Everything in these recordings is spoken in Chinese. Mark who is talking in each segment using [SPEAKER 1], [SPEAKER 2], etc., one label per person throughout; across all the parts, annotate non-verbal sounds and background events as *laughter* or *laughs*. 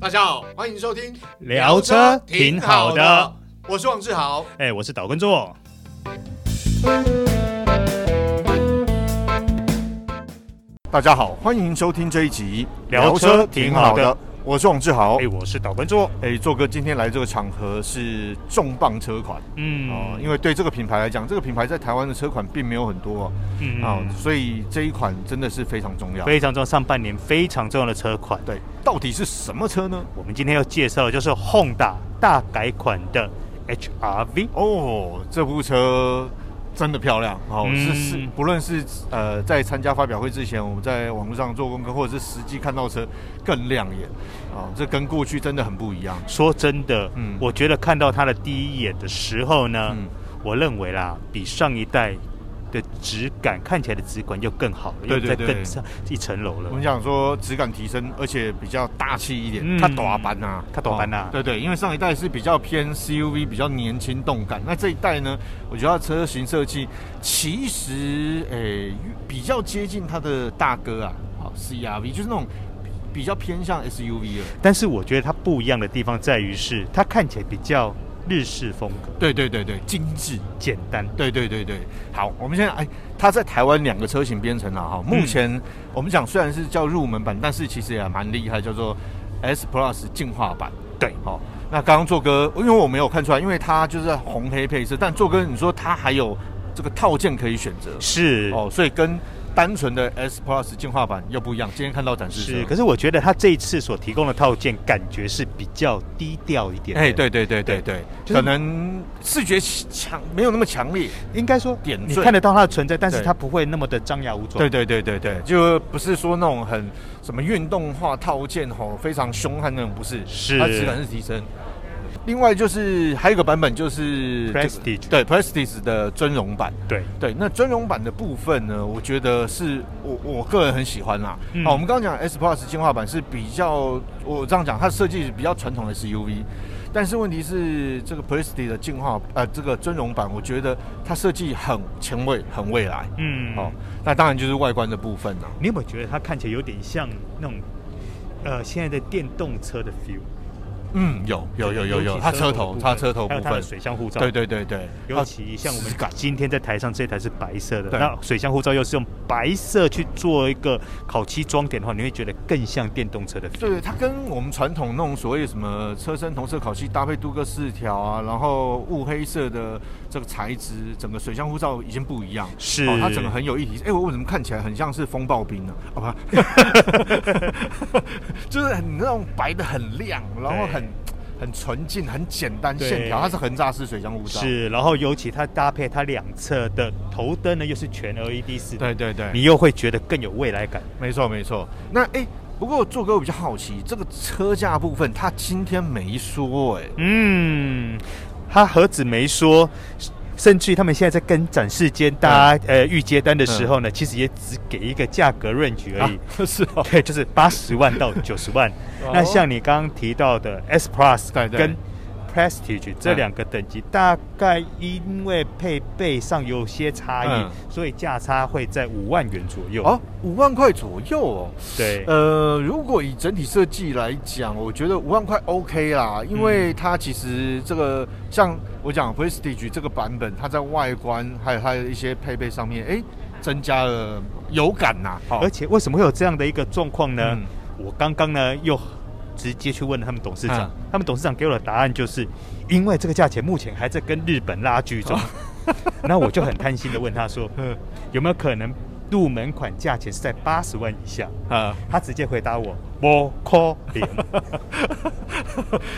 [SPEAKER 1] 大家好，欢迎收听
[SPEAKER 2] 聊车挺好的，
[SPEAKER 1] 我是王志豪。
[SPEAKER 2] 哎、我是岛根座。
[SPEAKER 3] 大家好，欢迎收听这一集
[SPEAKER 2] 聊车挺好的，
[SPEAKER 3] 我是王志豪
[SPEAKER 2] 哎、。我是岛根座。
[SPEAKER 3] 哎，做哥今天来这个场合是重磅车款
[SPEAKER 2] 嗯，
[SPEAKER 3] 哦，因
[SPEAKER 2] 为
[SPEAKER 3] 为对这个品牌来讲，这个品牌在台湾的车款并没有很多
[SPEAKER 2] 嗯、
[SPEAKER 3] 啊，所以这一款真的是非常重要。
[SPEAKER 2] 非常重要，上半年非常重要的车款。
[SPEAKER 3] 对，到底是什么车呢？
[SPEAKER 2] 我们今天要介绍的就是 Honda 大改款的 HRV。
[SPEAKER 3] 哦，这部车真的漂亮哦，
[SPEAKER 2] 嗯
[SPEAKER 3] 是是，不论是呃在参加发表会之前，我们在网络上做功课，或者是实际看到车更亮眼啊、这跟过去真的很不一样。
[SPEAKER 2] 说真的，
[SPEAKER 3] 嗯
[SPEAKER 2] 我觉得看到它的第一眼的时候呢，
[SPEAKER 3] 嗯
[SPEAKER 2] 我认为啦，比上一代的质感看起来的质感又更好了，
[SPEAKER 3] 对
[SPEAKER 2] 又
[SPEAKER 3] 对
[SPEAKER 2] 再
[SPEAKER 3] 对
[SPEAKER 2] 更上一层楼了
[SPEAKER 3] 我。们想说质感提升，而且比较大气一点
[SPEAKER 2] 嗯，
[SPEAKER 3] 它短板呐，
[SPEAKER 2] 较大班啊
[SPEAKER 3] 哦对对，因为上一代是比较偏 CUV，比较年轻动感，那这一代呢，我觉得它车型设计其实诶、比较接近它的大哥啊，好 CRV 就是那种比较偏向 SUV 了。
[SPEAKER 2] 但是我觉得它不一样的地方在于是，它看起来比较日式风格，
[SPEAKER 3] 对对对对，精致。
[SPEAKER 2] 简单。
[SPEAKER 3] 对对对对，好，我们现在哎，它在台湾两个车型编成了哈，目前、我们讲虽然是叫入门版，但是其实也蛮厉害，叫做 S Plus 进化版。
[SPEAKER 2] 对
[SPEAKER 3] 好、那刚刚做哥，因为我没有看出来，因为它就是红黑配色，但做哥你说它还有这个套件可以选择
[SPEAKER 2] 是
[SPEAKER 3] 哦，所以跟单纯的 S Plus 进化版又不一样。今天看到展示
[SPEAKER 2] 是，
[SPEAKER 3] 车，
[SPEAKER 2] 可是我觉得它这一次所提供的套件，感觉是比较低调一点的。
[SPEAKER 3] 哎，对对对对对，
[SPEAKER 2] 就是
[SPEAKER 3] 可能视觉强没有那么强烈，
[SPEAKER 2] 应该说
[SPEAKER 3] 点
[SPEAKER 2] 你
[SPEAKER 3] 缀
[SPEAKER 2] 看得到它的存在，但是
[SPEAKER 3] 对
[SPEAKER 2] 它不会那么的张牙舞爪。
[SPEAKER 3] 对对对对对，就不是说那种很什么运动化套件吼，非常凶悍那种，不是，
[SPEAKER 2] 是
[SPEAKER 3] 它质感是提升。另外就是还有一个版本就是
[SPEAKER 2] Prestige
[SPEAKER 3] 对 Prestige 的尊荣版。
[SPEAKER 2] 对
[SPEAKER 3] 对，那尊荣版的部分呢，我觉得是我我个人很喜欢啦。
[SPEAKER 2] 嗯
[SPEAKER 3] 好，我们刚刚讲 S Plus 进化版是比较，我这样讲，它设计比较传统的 SUV，但是问题是这个 Prestige 的进化，呃，这个尊荣版，我觉得它设计很前卫，很未来。
[SPEAKER 2] 嗯，
[SPEAKER 3] 哦，那当然就是外观的部分啦、
[SPEAKER 2] 你有没有觉得它看起来有点像那种呃现在的电动车的 feel？
[SPEAKER 3] 嗯，有有有有有，它车头，它车头
[SPEAKER 2] 还有
[SPEAKER 3] 部
[SPEAKER 2] 它的
[SPEAKER 3] 分，
[SPEAKER 2] 水箱护罩。
[SPEAKER 3] 对。对对对，
[SPEAKER 2] 尤其像我们今天在台上这台是白色的，
[SPEAKER 3] 对
[SPEAKER 2] 那水箱护罩又是用白色去做一个烤漆装点的话，你会觉得更像电动车的 feel。
[SPEAKER 3] 对它跟我们传统那种所谓什么车身同色烤漆搭配镀铬饰条啊，然后雾黑色的这个材质，整个水箱护罩已经不一样。
[SPEAKER 2] 是
[SPEAKER 3] 哦，它整个很有一体。哎、我怎么看起来很像是风暴兵呢、好吧， *laughs* 就是很那种白的很亮，然后
[SPEAKER 2] 对
[SPEAKER 3] 很很纯净、很简单
[SPEAKER 2] 对
[SPEAKER 3] 线条，它是横栅式水箱护罩。，
[SPEAKER 2] 是，然后尤其它搭配它两侧的头灯呢，又是全 LED 式的，
[SPEAKER 3] 对对对。
[SPEAKER 2] 你又会觉得更有未来感。
[SPEAKER 3] 没错没错。那哎、不过做哥我比较好奇，这个车价部分他今天没说哎、
[SPEAKER 2] 嗯，它何止没说，甚至于他们现在在跟展示间搭、
[SPEAKER 3] 嗯
[SPEAKER 2] 呃预接单的时候呢，其实也只给一个价格 range 而已。
[SPEAKER 3] *laughs* 是嗯啊哦，
[SPEAKER 2] 对，就是八十万到九十
[SPEAKER 3] *laughs*
[SPEAKER 2] 万。那像你刚刚提到的 S Plus
[SPEAKER 3] 对嗯对
[SPEAKER 2] 跟 Prestige 这两个等级，大概因为配备上有些差异，
[SPEAKER 3] 嗯
[SPEAKER 2] 所以价差会在五万元左右。
[SPEAKER 3] 哦，，五万块左右哦。
[SPEAKER 2] 对，
[SPEAKER 3] 呃，如果以整体设计来讲，我觉得五万块 OK 啦，因为它其实这个像我讲 Prestige 这个版本，它在外观还有它的一些配备上面，哎、增加了有感呐、好
[SPEAKER 2] 而且为什么会有这样的一个状况呢？
[SPEAKER 3] 嗯
[SPEAKER 2] 我刚刚呢又直接去问了他们董事长，
[SPEAKER 3] 嗯
[SPEAKER 2] 他们董事长给我的答案就是，因为这个价钱目前还在跟日本拉锯
[SPEAKER 3] 哦
[SPEAKER 2] 中， *laughs* 那我就很贪心的问他
[SPEAKER 3] *laughs*
[SPEAKER 2] 说，
[SPEAKER 3] 嗯
[SPEAKER 2] 有没有可能入门款价钱是在八十万以下？
[SPEAKER 3] 啊，
[SPEAKER 2] 他直接回答我，不可能。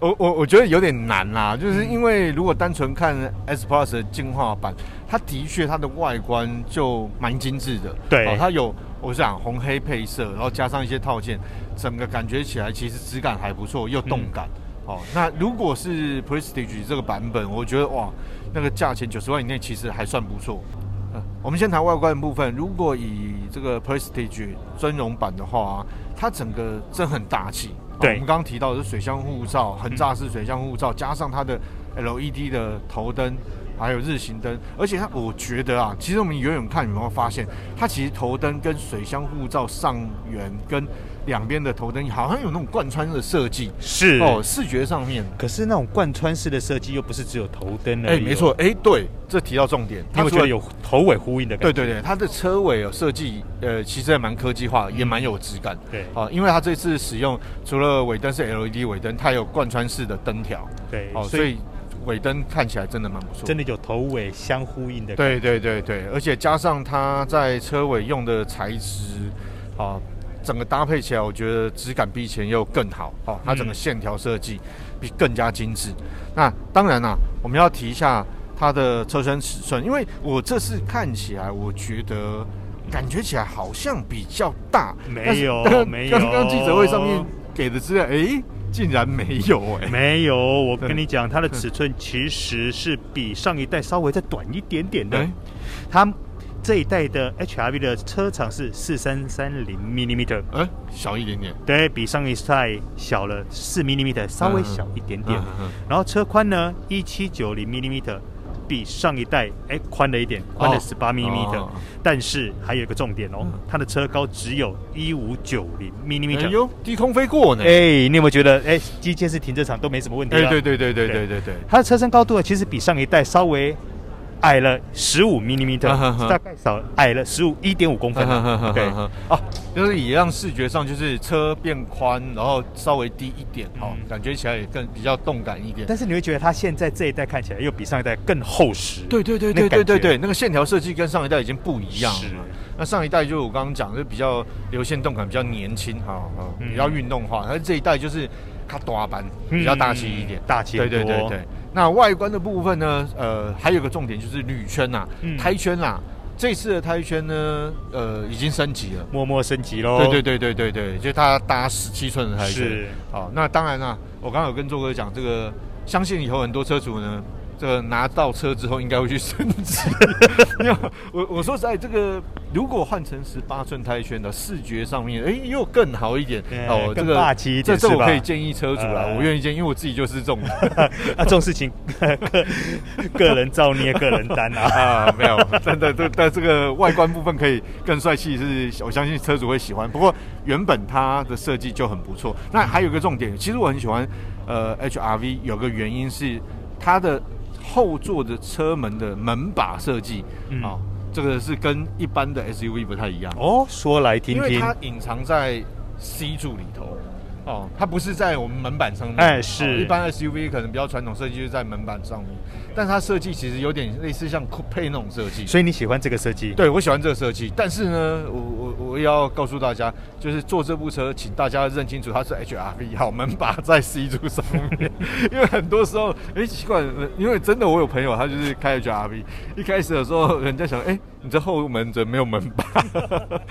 [SPEAKER 3] 我我我觉得有点难啦，就是因为如果单纯看 S Plus 的进化版，它的确它的外观就蛮精致的，
[SPEAKER 2] 对
[SPEAKER 3] 哦它有我想红黑配色，然后加上一些套件，整个感觉起来其实质感还不错，又动感。哦，那如果是 Prestige 这个版本，我觉得哇，那个价钱九十万以内其实还算不错。呃我们先谈外观的部分。如果以这个 Prestige 尊荣版的话，它整个真很大气。哦
[SPEAKER 2] 对
[SPEAKER 3] 我们刚刚提 E 到的是水箱护罩、横栅式水箱护罩，加上它的 LED 的头灯，还有日行灯，而且它我觉得啊，其实我们远远看有没有发现，它其实头灯跟水箱护罩上缘跟两边的头灯好像有那种贯穿的设计
[SPEAKER 2] 是
[SPEAKER 3] *laughs* 哦，视觉上面。
[SPEAKER 2] 可是那种贯穿式的设计又不是只有头灯而
[SPEAKER 3] 哎、
[SPEAKER 2] 已哦，
[SPEAKER 3] 没错，哎、对，这提到重点，
[SPEAKER 2] 因为
[SPEAKER 3] 它
[SPEAKER 2] 我
[SPEAKER 3] 除
[SPEAKER 2] 觉
[SPEAKER 3] 了
[SPEAKER 2] 得有头尾呼应的感
[SPEAKER 3] 对
[SPEAKER 2] 觉。
[SPEAKER 3] 对对，它的车尾有设计，呃，其实也蛮科技化，也蛮有质感。
[SPEAKER 2] 对
[SPEAKER 3] 好、因为它这次使用除了尾灯是 LED 尾灯，它有贯穿式的灯条，
[SPEAKER 2] 对
[SPEAKER 3] 哦，所
[SPEAKER 2] 所以
[SPEAKER 3] 以尾灯看起来真的蛮不错。
[SPEAKER 2] 真的有头尾相呼应的感觉。
[SPEAKER 3] 对对对对，而且加上它在车尾用的材质，啊、整个搭配起来，我觉得质感比以前又更好。哦，它整个
[SPEAKER 2] 嗯
[SPEAKER 3] 线条设计比更加精致。那当然啦、啊我们要提一下它的车身尺寸，因为我这次看起来，我觉得。感觉起来好像比较大，
[SPEAKER 2] 没
[SPEAKER 3] 但是
[SPEAKER 2] 有没有
[SPEAKER 3] 刚刚记者会上面给的资料，哎、竟然没有
[SPEAKER 2] *laughs*
[SPEAKER 3] 哎、 *laughs*
[SPEAKER 2] 没有，我
[SPEAKER 3] 对
[SPEAKER 2] 跟你讲，它的尺寸其实是比上一代稍微再短一点点的
[SPEAKER 3] 哎。
[SPEAKER 2] 它这一代的 HRV 的车长是四三三零 m m
[SPEAKER 3] 哎、小一点点，
[SPEAKER 2] 对比上一代小了四 m m 稍微
[SPEAKER 3] 嗯
[SPEAKER 2] 小一点点
[SPEAKER 3] 嗯嗯嗯。
[SPEAKER 2] 然后车宽呢，一七九零 m m 比上一代哎宽了一点，宽了
[SPEAKER 3] 哦
[SPEAKER 2] 十八 m m
[SPEAKER 3] 哦嗯
[SPEAKER 2] 但是还有一个重点哦，它的车高只有一五九零 m
[SPEAKER 3] 哎
[SPEAKER 2] m
[SPEAKER 3] 呦，低空飞过呢，
[SPEAKER 2] 哎、你有没有觉得，哎、机械式停车场都没什么问题啊
[SPEAKER 3] 哎、
[SPEAKER 2] 了？
[SPEAKER 3] 对对对对
[SPEAKER 2] 对
[SPEAKER 3] 对对对，
[SPEAKER 2] 它的车身高度其实比上一代稍微矮了十五 m m
[SPEAKER 3] 啊哈哈
[SPEAKER 2] 大概少矮了十五一点五公分啊、对，哦
[SPEAKER 3] 啊，就是也让视觉上就是车变宽，然后稍微低一点哦，
[SPEAKER 2] 嗯
[SPEAKER 3] 感觉起来也更比较动感一点。
[SPEAKER 2] 但是你会觉得它现在这一代看起来又比上一代更厚实。
[SPEAKER 3] 对对对
[SPEAKER 2] 那
[SPEAKER 3] 对
[SPEAKER 2] 感觉
[SPEAKER 3] 对对对，那个线条设计跟上一代已经不一样
[SPEAKER 2] 是
[SPEAKER 3] 了。那上一代就是我刚刚讲，就比较流线动感，比较年轻哈、哦哦，
[SPEAKER 2] 嗯
[SPEAKER 3] 比较运动化。但是这一代就是它大版，比较大气一点，
[SPEAKER 2] 嗯大气
[SPEAKER 3] 对
[SPEAKER 2] 很
[SPEAKER 3] 对对
[SPEAKER 2] 多
[SPEAKER 3] 对。那外观的部分呢，呃，还有个重点就是铝圈呐、
[SPEAKER 2] 嗯
[SPEAKER 3] 胎圈呐、这次的胎圈呢，呃，已经升级了。
[SPEAKER 2] 默默升级喽。
[SPEAKER 3] 对对对对对对，就它搭十七寸的胎圈
[SPEAKER 2] 是。
[SPEAKER 3] 好，那当然啦、我刚刚有跟周哥讲，这个相信以后很多车主呢，这个拿到车之后应该会去升级。
[SPEAKER 2] *laughs*
[SPEAKER 3] 没有，我我说实在，这个如果换成十八寸胎圈的，视觉上面哎又更好一点
[SPEAKER 2] 对
[SPEAKER 3] 哦，这
[SPEAKER 2] 更
[SPEAKER 3] 个
[SPEAKER 2] 霸气一点
[SPEAKER 3] 这这
[SPEAKER 2] 是
[SPEAKER 3] 我
[SPEAKER 2] 吧
[SPEAKER 3] 可以建议车主啦，
[SPEAKER 2] 呃
[SPEAKER 3] 我愿意建议，因为我自己就是这种
[SPEAKER 2] *laughs* 啊，这种事情个 *laughs* 个人造孽，个人担
[SPEAKER 3] *laughs*
[SPEAKER 2] 啊。
[SPEAKER 3] 啊，没有，真的，这但这个外观部分可以更帅气，是我相信车主会喜欢。不过原本它的设计就很不错。那还有一个重点，其实我很喜欢，呃，HRV 有个原因是它的后座的车门的门把设计
[SPEAKER 2] 嗯
[SPEAKER 3] 啊，这个是跟一般的 SUV 不太一样，
[SPEAKER 2] 哦，说来听
[SPEAKER 3] 因为
[SPEAKER 2] 听。
[SPEAKER 3] 它隐藏在 C 柱里头。哦，它不是在我们门板上面，
[SPEAKER 2] 哎
[SPEAKER 3] 哦
[SPEAKER 2] 是
[SPEAKER 3] 一般 SUV 可能比较传统设计就是在门板上面，但它设计其实有点类似像 coupe 那种设计，
[SPEAKER 2] 所以你喜欢这个设计？
[SPEAKER 3] 对，我喜欢这个设计，但是呢，我我我也要告诉大家，就是坐这部车，请大家认清楚它是 HRV，好， *laughs* 门把在 C 柱上面， *laughs* 因为很多时候，哎、奇怪，呃因为真的我有朋友，他就是开 HRV，一开始的时候，人家想，哎、你这后门怎么没有门把？ *laughs*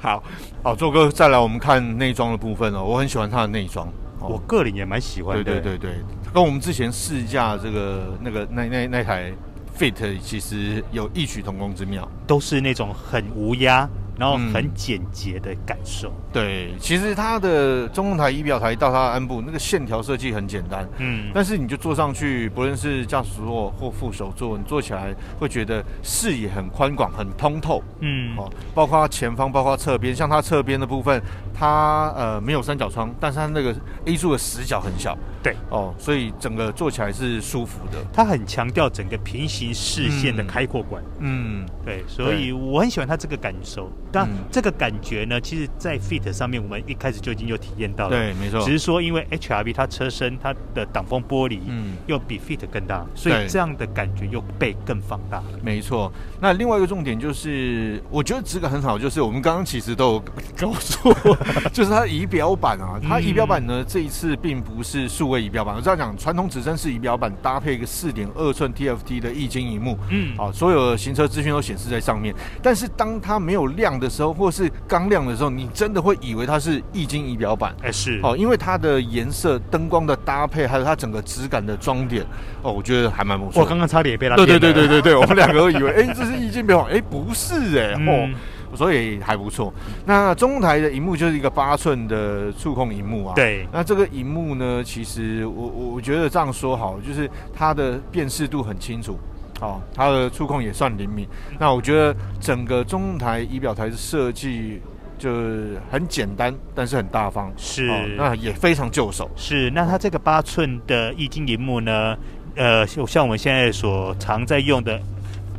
[SPEAKER 3] 好好，周哥，再来我们看内装的部分哦，我很喜欢它的内装，哦
[SPEAKER 2] 我个人也蛮喜欢
[SPEAKER 3] 对
[SPEAKER 2] 的。
[SPEAKER 3] 对对对，跟我们之前试驾这个那个那那那台 Fit 其实有异曲同工之妙。
[SPEAKER 2] 都是那种很无压，然后
[SPEAKER 3] 嗯
[SPEAKER 2] 很简洁的感受。
[SPEAKER 3] 对，其实它的中控台、仪表台到它的鞍部那个线条设计很简单，
[SPEAKER 2] 嗯，
[SPEAKER 3] 但是你就坐上去，不论是驾驶座或副手座，你坐起来会觉得视野很宽广、很通透。
[SPEAKER 2] 嗯，
[SPEAKER 3] 哦，包括前方，包括侧边，像它侧边的部分，它呃没有三角窗，但是它那个 A 柱的死角很小
[SPEAKER 2] 对，
[SPEAKER 3] 哦，所以整个坐起来是舒服的。
[SPEAKER 2] 它很强调整个平行视线的开阔感。
[SPEAKER 3] 嗯，
[SPEAKER 2] 对，所以我很喜欢它这个感受。但这个感觉呢，其实，在 Fit 上面，我们一开始就已经有体验到了。
[SPEAKER 3] 嗯对，没错
[SPEAKER 2] 只。是说因为 HRV 它车身它的挡风玻璃
[SPEAKER 3] 嗯
[SPEAKER 2] 又比 Fit 更大，所以
[SPEAKER 3] 对
[SPEAKER 2] 这样的感觉又被更放大了。
[SPEAKER 3] 没错，那另外一个重点就是，我觉得质感很好，就是我们刚刚其实都有告诉我， *laughs* 就是它的仪表板啊，它仪表板呢、这一次并不是数位仪表板，我这样讲，传统指针式仪表板搭配一个四点二寸 TFT 的液晶荧幕，
[SPEAKER 2] 嗯，
[SPEAKER 3] 好、所有的行车资讯都显示在上面。但是当它没有亮的时候，或是刚亮的时候，你真的会以为它是液晶仪表板。
[SPEAKER 2] *laughs* 哎、是，
[SPEAKER 3] 哦，因为它的颜色、灯光的搭配，还有它整个质感的装点，哦，我觉得还蛮不错的。
[SPEAKER 2] 我刚刚差点也被它
[SPEAKER 3] 对对
[SPEAKER 2] 电
[SPEAKER 3] 对
[SPEAKER 2] 了
[SPEAKER 3] 对对对，我们两个
[SPEAKER 2] *laughs*
[SPEAKER 3] 都以为，哎、这是意境表，哎、不是哎、哦
[SPEAKER 2] 嗯，
[SPEAKER 3] 所以还不错。那中台的荧幕就是一个八寸的触控荧幕啊。。
[SPEAKER 2] 对
[SPEAKER 3] 那这个荧幕呢，其实我我我觉得这样说好，就是它的辨识度很清楚。哦，它的触控也算灵敏。那我觉得整个中台仪表台的设计就是很简单，但是很大方，
[SPEAKER 2] 是
[SPEAKER 3] 哦那也非常就手。
[SPEAKER 2] 是，那它这个八寸的液晶荧幕呢，呃，像像我们现在所常在用的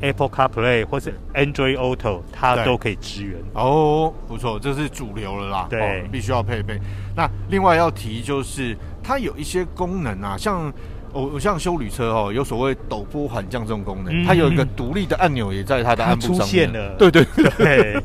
[SPEAKER 2] Apple CarPlay 或是 Android Auto，它
[SPEAKER 3] 对
[SPEAKER 2] 都可以支援。
[SPEAKER 3] 哦，不错，这是主流了啦，
[SPEAKER 2] 对
[SPEAKER 3] 哦必须要配备。那另外要提就是，它有一些功能啊，像我我像修旅车哦，有所谓陡坡缓降这种功能，
[SPEAKER 2] 嗯
[SPEAKER 3] 它有一个独立的按钮也在它的
[SPEAKER 2] 它
[SPEAKER 3] 按部上面
[SPEAKER 2] 出现了
[SPEAKER 3] 对对，
[SPEAKER 2] 对，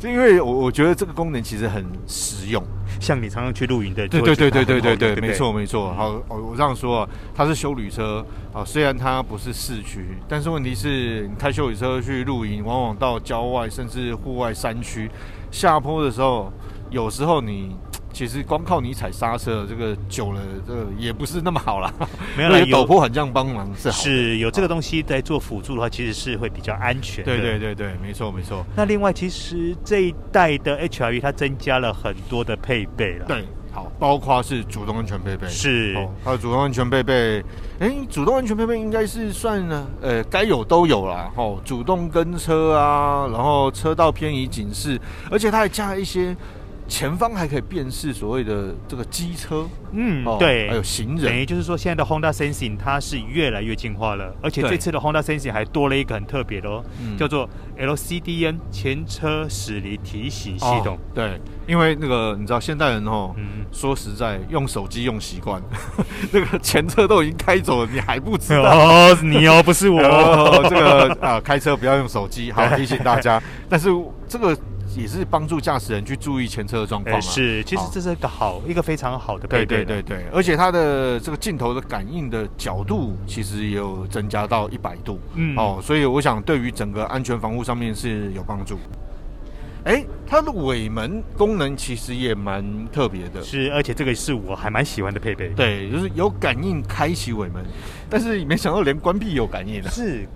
[SPEAKER 3] 就因为我我觉得这个功能其实很实用。
[SPEAKER 2] 像你常常去露营的，
[SPEAKER 3] 对
[SPEAKER 2] 就会
[SPEAKER 3] 对对
[SPEAKER 2] 觉
[SPEAKER 3] 对
[SPEAKER 2] 得它
[SPEAKER 3] 对对
[SPEAKER 2] 很好用
[SPEAKER 3] 对，没错。没
[SPEAKER 2] 嗯
[SPEAKER 3] 错。好，我我这样说，啊，它是修旅车啊，虽然它不是市区，但是问题是，你开修旅车去露营，往往到郊外甚至户外山区下坡的时候，有时候你。其实光靠你踩刹车，这个久了，这个也不是那么好啦。
[SPEAKER 2] 没有啦
[SPEAKER 3] *laughs* 因为
[SPEAKER 2] 有
[SPEAKER 3] 陡坡很像帮忙是好的。
[SPEAKER 2] 是有这个东西在做辅助的话，其实是会比较安全的。
[SPEAKER 3] 对对对对，没错没错。
[SPEAKER 2] 那另外，其实这一代的 HRV 它增加了很多的配备了。，
[SPEAKER 3] 对，好，包括是主动安全配备，
[SPEAKER 2] 是
[SPEAKER 3] 哦，还有主动安全配备，哎、主动安全配备应该是算呢，呃，该有都有啦，哦，主动跟车啊，然后车道偏移警示，而且它还加了一些。前方还可以辨识所谓的这个机车，
[SPEAKER 2] 嗯，对，
[SPEAKER 3] 哦还有行
[SPEAKER 2] 等
[SPEAKER 3] 人
[SPEAKER 2] 于，就是说，现在的 Honda Sensing 它是越来越进化了，而且
[SPEAKER 3] 对
[SPEAKER 2] 这次的 Honda Sensing 还多了一个很特别的哦，
[SPEAKER 3] 嗯
[SPEAKER 2] 叫做 LCDN 前车驶离提醒系统
[SPEAKER 3] 哦。对，因为那个你知道现代人哦，
[SPEAKER 2] 嗯
[SPEAKER 3] 说实在用手机用习惯， *laughs* 那个前车都已经开走了，你还不知道，
[SPEAKER 2] 哦，你哦，不是我
[SPEAKER 3] *laughs* 哦
[SPEAKER 2] *laughs* 哦，，
[SPEAKER 3] 这个啊，开车不要用手机，好提醒大家。但是这个也是帮助驾驶人去注意前车的状况、
[SPEAKER 2] 哎
[SPEAKER 3] 啊。
[SPEAKER 2] 是，其实
[SPEAKER 3] 好
[SPEAKER 2] 这是一个好，一个非常好的配
[SPEAKER 3] 对
[SPEAKER 2] 备
[SPEAKER 3] 对
[SPEAKER 2] 了。
[SPEAKER 3] 对对，而且它的这个镜头的感应的角度其实也有增加到一百度，
[SPEAKER 2] 嗯
[SPEAKER 3] 哦，所以我想对于整个安全防护上面是有帮助。哎，它的尾门功能其实也蛮特别的，
[SPEAKER 2] 是，而且这个是我还蛮喜欢的配备。，
[SPEAKER 3] 对，就是有感应开启尾门，但是没想到连关闭也有感应的。啊
[SPEAKER 2] 是。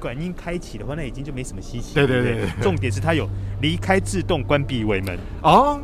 [SPEAKER 2] 管音开启的话，那已经就没什么稀奇。
[SPEAKER 3] 对对
[SPEAKER 2] 不
[SPEAKER 3] 对对对
[SPEAKER 2] 重点是它有离开自动关闭尾门，
[SPEAKER 3] 哦，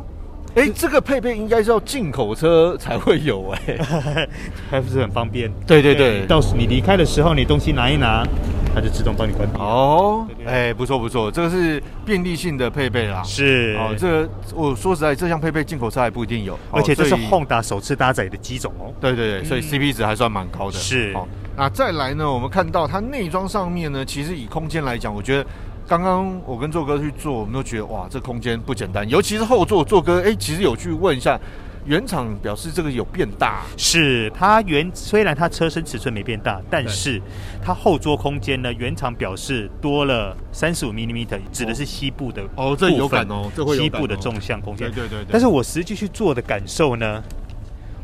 [SPEAKER 3] 哎、这个配备应该是要进口车 *laughs* 才会有哎、
[SPEAKER 2] *laughs* 还不是很方便。
[SPEAKER 3] 对对对
[SPEAKER 2] 到时你离开的时候，你东西拿一拿，它就自动帮你关闭。
[SPEAKER 3] 哦
[SPEAKER 2] 对，对
[SPEAKER 3] 哎、不错不错，这个是便利性的配备啦。
[SPEAKER 2] 是
[SPEAKER 3] 哦，这个我说实在，这项配备进口车还不一定有，
[SPEAKER 2] 而且这是
[SPEAKER 3] 后。
[SPEAKER 2] Honda 首次搭载的机种哦。
[SPEAKER 3] 对对对，所以
[SPEAKER 2] 嗯
[SPEAKER 3] CP 值还算蛮高的。
[SPEAKER 2] 是
[SPEAKER 3] 好、那再来呢，我们看到它内装上面呢，其实以空间来讲，我觉得刚刚我跟做哥去做，我们都觉得哇，这空间不简单，尤其是后座，做哥哎、其实有去问一下，原厂表示这个有变大。
[SPEAKER 2] 是它原虽然它车身尺寸没变大，但
[SPEAKER 3] 对
[SPEAKER 2] 是它后座空间呢，原厂表示多了三十五 m m 指的是西部的
[SPEAKER 3] 哦这有
[SPEAKER 2] 部分
[SPEAKER 3] 感哦这会有
[SPEAKER 2] 西
[SPEAKER 3] 感
[SPEAKER 2] 部的
[SPEAKER 3] 哦
[SPEAKER 2] 纵向空间。
[SPEAKER 3] 对对
[SPEAKER 2] 但是我实际去坐的感受呢，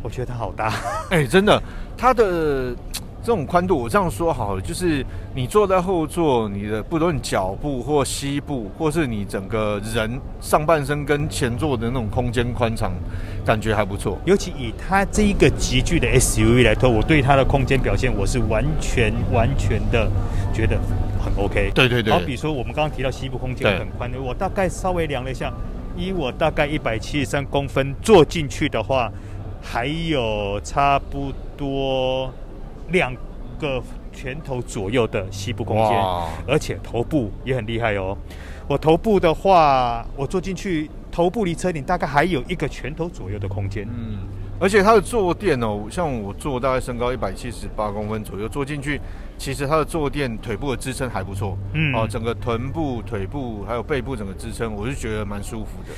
[SPEAKER 2] 我觉得它好大。
[SPEAKER 3] 哎、真的，它的这种宽度，我这样说好了，就是你坐在后座，你的不论脚部或膝部，或是你整个人上半身跟前座的那种空间宽敞，感觉还不错。
[SPEAKER 2] 尤其以它这一个极具的 SUV 来说，我对它的空间表现，我是完全完全的觉得很 OK。
[SPEAKER 3] 对对对
[SPEAKER 2] 好比说我们刚刚提到西部空间
[SPEAKER 3] 对
[SPEAKER 2] 很宽的，我大概稍微量了一下，以我大概一百七十三公分坐进去的话，还有差不多两个拳头左右的西部空间
[SPEAKER 3] 哇，
[SPEAKER 2] 而且头部也很厉害哦。我头部的话，我坐进去。头部离车顶大概还有一个拳头左右的空间，
[SPEAKER 3] 嗯，而且它的坐垫哦，像我坐大概身高一百七十八公分左右，坐进去，其实它的坐垫腿部的支撑还不错，
[SPEAKER 2] 嗯
[SPEAKER 3] 哦，整个臀部、腿部还有背部整个支撑，我是觉得蛮舒服的。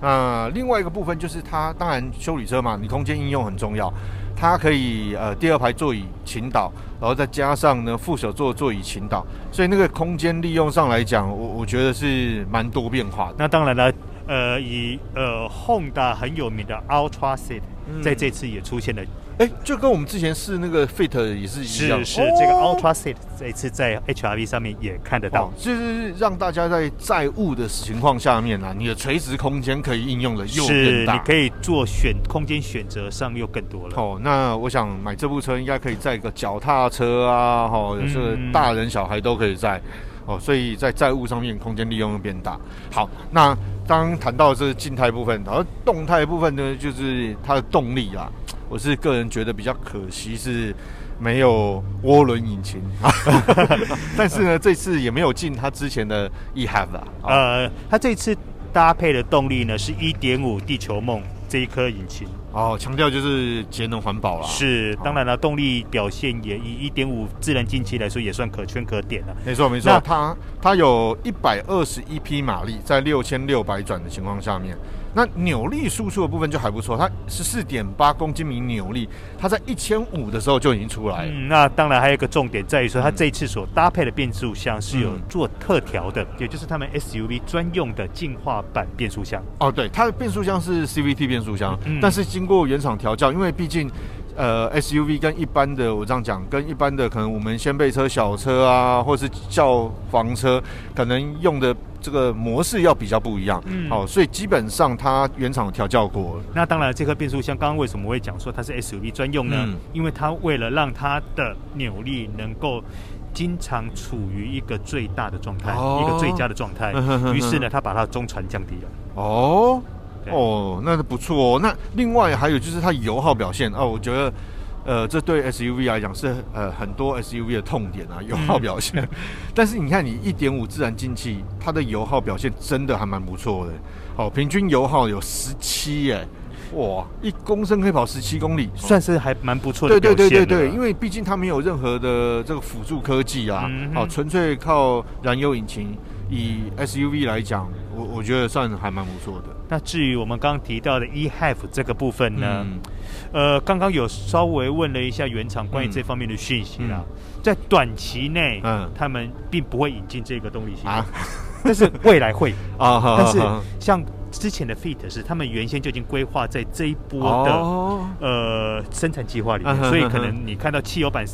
[SPEAKER 3] 那另外一个部分就是它，当然修理车嘛，你空间应用很重要，它可以呃第二排座椅倾倒，然后再加上呢副手座座椅倾倒，所以那个空间利用上来讲，我我觉得是蛮多变化的。
[SPEAKER 2] 那当然了，呃，以呃 Honda 很有名的 Ultra Seat，、
[SPEAKER 3] 嗯
[SPEAKER 2] 在这次也出现了，
[SPEAKER 3] 哎、就跟我们之前试那个 Fit 也是一样，
[SPEAKER 2] 是是、这个
[SPEAKER 3] 哦
[SPEAKER 2] Ultra Seat 这一次在 HRV 上面也看得到。
[SPEAKER 3] 哦，就是让大家在债务的情况下面啊，你的垂直空间可以应用的又
[SPEAKER 2] 是，
[SPEAKER 3] 更大。
[SPEAKER 2] 你可以做选空间选择上又更多了。
[SPEAKER 3] 哦，那我想买这部车应该可以载个脚踏车啊，哦，有时候
[SPEAKER 2] 嗯
[SPEAKER 3] 大人小孩都可以载。哦，所以在债务上面空间利用又变大。好，那刚刚谈到这是静态部分，然后动态部分呢，就是它的动力啊，我是个人觉得比较可惜是没有涡轮引擎， *laughs* 但是呢，这次也没有进它之前的 e h a v 啊。啊，
[SPEAKER 2] 呃，它这次搭配的动力呢是1.5地球梦这一颗引擎，
[SPEAKER 3] 哦，强调就是节能环保啦。
[SPEAKER 2] 是
[SPEAKER 3] 好
[SPEAKER 2] 当然了，动力表现也以1.5自然进气来说也算可圈可点了、
[SPEAKER 3] 没错没错
[SPEAKER 2] 那，
[SPEAKER 3] 它它有一百二十一匹马力，在六千六百转的情况下面，那扭力输出的部分就还不错，它十四点八公斤米扭力，它在一千五的时候就已经出来了。
[SPEAKER 2] 嗯，那当然还有一个重点在于说，它
[SPEAKER 3] 嗯
[SPEAKER 2] 这一次所搭配的变速箱是有
[SPEAKER 3] 嗯
[SPEAKER 2] 做特调的，也就是他们 SUV 专用的进化版变速箱。
[SPEAKER 3] 哦，对，它的变速箱是 CVT 变速箱，
[SPEAKER 2] 嗯
[SPEAKER 3] 但是经过原厂调教，因为毕竟。呃，SUV 跟一般的我这样讲，跟一般的可能我们掀背车、小车啊，或是轿房车，可能用的这个模式要比较不一样。
[SPEAKER 2] 嗯
[SPEAKER 3] 好、所以基本上它原厂调教过了。
[SPEAKER 2] 那当然，这颗变速箱刚刚为什么会讲说它是 SUV 专用呢？
[SPEAKER 3] 嗯
[SPEAKER 2] 因为它为了让它的扭力能够经常处于一个最大的状态，
[SPEAKER 3] 哦
[SPEAKER 2] 一个最佳的状态
[SPEAKER 3] 嗯哼哼，哼
[SPEAKER 2] 于是呢，它把它的中传降低了。
[SPEAKER 3] 哦，
[SPEAKER 2] 对
[SPEAKER 3] 哦，那不错哦。那另外还有就是它油耗表现哦，我觉得。呃，这对 SUV 来讲是呃很多 SUV 的痛点
[SPEAKER 2] 嗯
[SPEAKER 3] 啊，油耗表现。 *laughs* 但是你看，你1.5自然进气，它的油耗表现真的还蛮不错的。好、平均油耗有17耶，哇，一公升可以跑17公里，
[SPEAKER 2] 算是还蛮不错的
[SPEAKER 3] 对
[SPEAKER 2] 哦表
[SPEAKER 3] 对
[SPEAKER 2] 现
[SPEAKER 3] 哦对对对，
[SPEAKER 2] 了
[SPEAKER 3] 因为毕竟它没有任何的这个辅助科技啊
[SPEAKER 2] 嗯，哼
[SPEAKER 3] 好、纯粹靠燃油引擎。以 SUV 来讲，我我觉得算还蛮不错的。
[SPEAKER 2] 那至于我们刚刚提到的 eHalf 这个部分呢，
[SPEAKER 3] 嗯
[SPEAKER 2] 呃，刚刚有稍微问了一下原厂关于这方面的讯息啦，在短期内，
[SPEAKER 3] 嗯
[SPEAKER 2] 他们并不会引进这个动力系统，
[SPEAKER 3] 啊
[SPEAKER 2] *laughs* 但是未来会。
[SPEAKER 3] *laughs* 啊，好
[SPEAKER 2] 但是
[SPEAKER 3] 好好
[SPEAKER 2] 像之前的 Fit 是他们原先就已经规划在这一波的、
[SPEAKER 3] 哦
[SPEAKER 2] 呃生产计划里
[SPEAKER 3] 嗯
[SPEAKER 2] 面，
[SPEAKER 3] 哼
[SPEAKER 2] 所以
[SPEAKER 3] 嗯
[SPEAKER 2] 可
[SPEAKER 3] 哼
[SPEAKER 2] 能你看到汽油版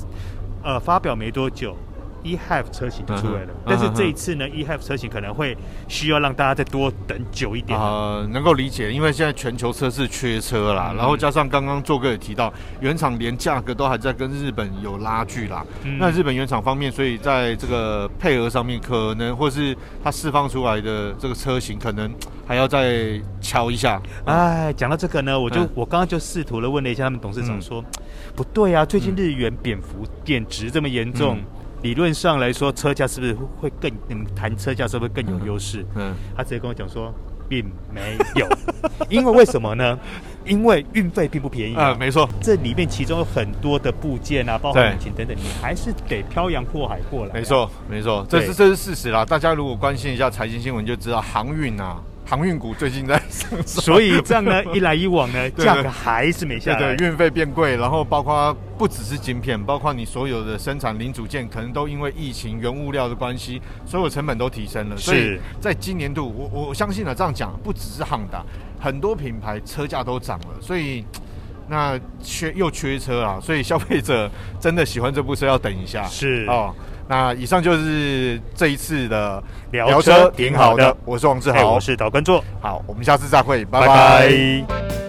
[SPEAKER 2] 呃发表没多久。eHalf ，E 车型就出来了，
[SPEAKER 3] 嗯哼
[SPEAKER 2] 但是
[SPEAKER 3] 嗯哼
[SPEAKER 2] 这一次呢，eHalf ，E 车型可能会需要让大家再多等久一点。
[SPEAKER 3] 啊、能够理解，因为现在全球车市缺车啦，
[SPEAKER 2] 嗯
[SPEAKER 3] 然后加上刚刚做哥也提到，原厂连价格都还在跟日本有拉锯啦。
[SPEAKER 2] 嗯
[SPEAKER 3] 那日本原厂方面，所以在这个配额上面，可能或是它释放出来的这个车型，可能还要再敲一下。
[SPEAKER 2] 哎，讲到这个呢，我就、
[SPEAKER 3] 嗯
[SPEAKER 2] 我刚刚就试图了问了一下他们董事长
[SPEAKER 3] 嗯
[SPEAKER 2] 说，不对啊，最近日元贬幅贬值这么严重，
[SPEAKER 3] 嗯
[SPEAKER 2] 理论上来说车价是不是会更你们谈车价是不是更有优势？
[SPEAKER 3] 嗯，
[SPEAKER 2] 他直接跟我讲说，并没有， *laughs* 因为为什么呢？因为运费并不便宜、啊
[SPEAKER 3] 呃，没错，
[SPEAKER 2] 这里面其中有很多的部件啊，包含
[SPEAKER 3] 对
[SPEAKER 2] 引擎等等，你还是得漂洋过海过来、啊
[SPEAKER 3] 没，错，没错，这是
[SPEAKER 2] 对
[SPEAKER 3] 这是事实啦。大家如果关心一下财经新闻，就知道航运啊，航运股最近在 *laughs* 上升。
[SPEAKER 2] 所以这样呢，一来一往呢，
[SPEAKER 3] *laughs* 对
[SPEAKER 2] 价格还是没下来。
[SPEAKER 3] 对对，运费变贵，然后包括不只是晶片，包括你所有的生产零组件，可能都因为疫情、原物料的关系，所有成本都提升了。
[SPEAKER 2] 是
[SPEAKER 3] 所以在今年度，我我相信呢，这样讲不只是 Honda，很多品牌车价都涨了，所以。那缺又缺车啊，所以消费者真的喜欢这部车要等一下。
[SPEAKER 2] 是
[SPEAKER 3] 哦，那以上就是这一次的
[SPEAKER 2] 聊车挺好的
[SPEAKER 3] 我是王志
[SPEAKER 2] 哎
[SPEAKER 3] 豪，
[SPEAKER 2] 我是导观众，
[SPEAKER 3] 好，我们下次再会，
[SPEAKER 2] 拜
[SPEAKER 3] 拜拜
[SPEAKER 2] 拜